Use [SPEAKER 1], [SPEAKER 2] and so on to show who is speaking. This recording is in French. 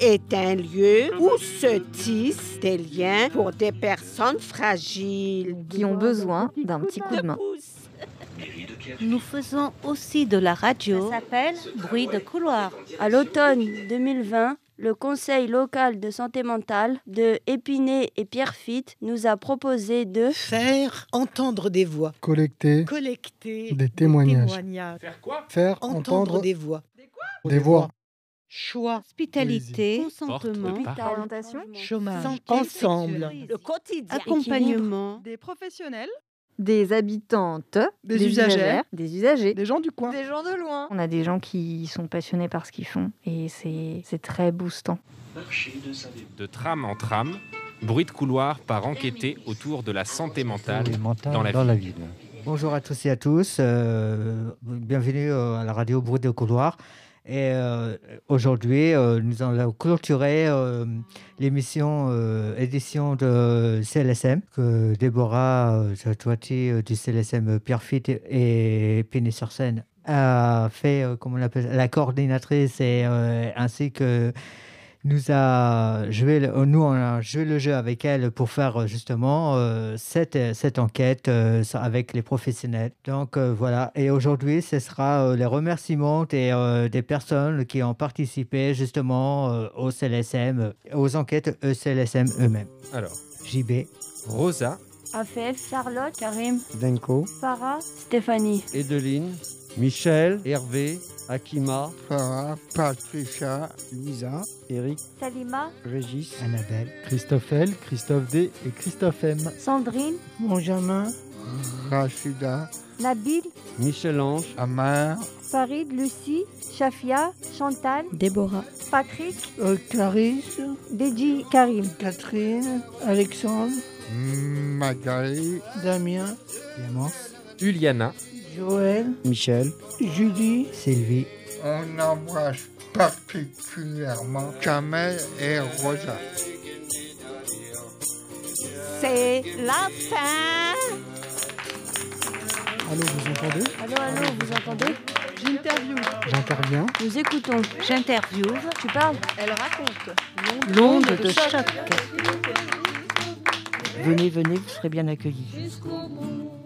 [SPEAKER 1] est un lieu où se tissent des liens pour des personnes fragiles.
[SPEAKER 2] qui ont besoin d'un petit coup de main.
[SPEAKER 1] pouce.
[SPEAKER 3] Nous faisons aussi de la radio.
[SPEAKER 4] Ça s'appelle
[SPEAKER 3] Bruit de couloir.
[SPEAKER 4] À l'automne 2020, le Conseil local de santé mentale de Épinay et Pierrefitte nous a proposé de
[SPEAKER 5] Faire entendre des voix.
[SPEAKER 6] collecter,
[SPEAKER 5] Collecter
[SPEAKER 6] Des témoignages.
[SPEAKER 5] témoignages.
[SPEAKER 6] faire
[SPEAKER 5] Entendre,
[SPEAKER 6] entendre
[SPEAKER 5] des voix.
[SPEAKER 6] des voix,
[SPEAKER 5] Choix.
[SPEAKER 3] Hospitalité,
[SPEAKER 7] Poésie.
[SPEAKER 3] consentement,
[SPEAKER 7] Porte de parole.
[SPEAKER 2] Orientation
[SPEAKER 5] Chômage.
[SPEAKER 3] santé
[SPEAKER 5] Ensemble.
[SPEAKER 3] sexuelle,
[SPEAKER 1] Le quotidien.
[SPEAKER 3] accompagnement.
[SPEAKER 8] Des professionnels,
[SPEAKER 2] Des habitantes,
[SPEAKER 8] Hein. Des usagères.
[SPEAKER 2] des usagers,
[SPEAKER 8] des gens du coin.
[SPEAKER 2] gens de loin. On a des gens qui sont passionnés par ce qu'ils font et c'est c'est très boostant.
[SPEAKER 7] De trame en trame, bruit de couloir par enquêté autour de la santé mentale.
[SPEAKER 9] Et mental
[SPEAKER 7] dans la
[SPEAKER 9] ville. Bonjour à tous et à tous. euh, bienvenue euh, à la radio Bruit de Couloir. Et euh, aujourd'hui, euh, nous allons clôturer euh, l'émission euh, édition de CLSM que Déborah euh, Jatouati euh, du CLSM Pierrefitte et Péné sur seine a fait, euh, comment on appelle, la coordinatrice et euh, ainsi que nous a joué, le- nous on a joué le jeu avec elle pour faire euh, justement euh, cette, cette enquête euh, ça- avec les professionnels. Donc euh, voilà, et aujourd'hui ce sera euh, les remerciements des, euh, des personnes qui ont participé justement euh, au CLSM, euh, aux enquêtes ECLSM eux-mêmes.
[SPEAKER 7] Alors,
[SPEAKER 9] JB,
[SPEAKER 7] Rosa,
[SPEAKER 4] AFF, Charlotte, Karim,
[SPEAKER 10] Denko,
[SPEAKER 4] Farah, Stéphanie.
[SPEAKER 10] Edeline, Michel, Hervé, Akima,
[SPEAKER 6] Farah, Patricia,
[SPEAKER 10] Lisa, Eric,
[SPEAKER 4] Ah, Salima,
[SPEAKER 10] Régis,
[SPEAKER 9] Annabelle,
[SPEAKER 11] Christophe L, Christophe D et Christophe M.
[SPEAKER 4] Sandrine,
[SPEAKER 6] Benjamin, Rachida,
[SPEAKER 4] Nabil,
[SPEAKER 10] Michel-Ange,
[SPEAKER 6] Amar,
[SPEAKER 4] Farid, Lucie, Shafia, Chantal,
[SPEAKER 2] Déborah.
[SPEAKER 4] Patrick,
[SPEAKER 5] Euh, Clarisse,
[SPEAKER 4] Deji, Karim.
[SPEAKER 5] Catherine, Alexandre,
[SPEAKER 6] Magali,
[SPEAKER 5] Damien,
[SPEAKER 9] Clémence,
[SPEAKER 7] Uliana,
[SPEAKER 5] Joël,
[SPEAKER 10] Michel,
[SPEAKER 5] Julie,
[SPEAKER 9] Sylvie,
[SPEAKER 6] on embrasse particulièrement Kamel et Rosa.
[SPEAKER 1] C'est la fin.
[SPEAKER 6] Allô, vous entendez
[SPEAKER 4] Allô, allô, vous entendez
[SPEAKER 8] J'interview.
[SPEAKER 6] J'interviens.
[SPEAKER 4] Nous écoutons.
[SPEAKER 3] J'interviewe
[SPEAKER 4] Tu parles
[SPEAKER 8] Elle raconte.
[SPEAKER 3] l'onde de choc.
[SPEAKER 5] Venez, venez, vous serez bien accueillis.
[SPEAKER 12] Jusqu'au bout,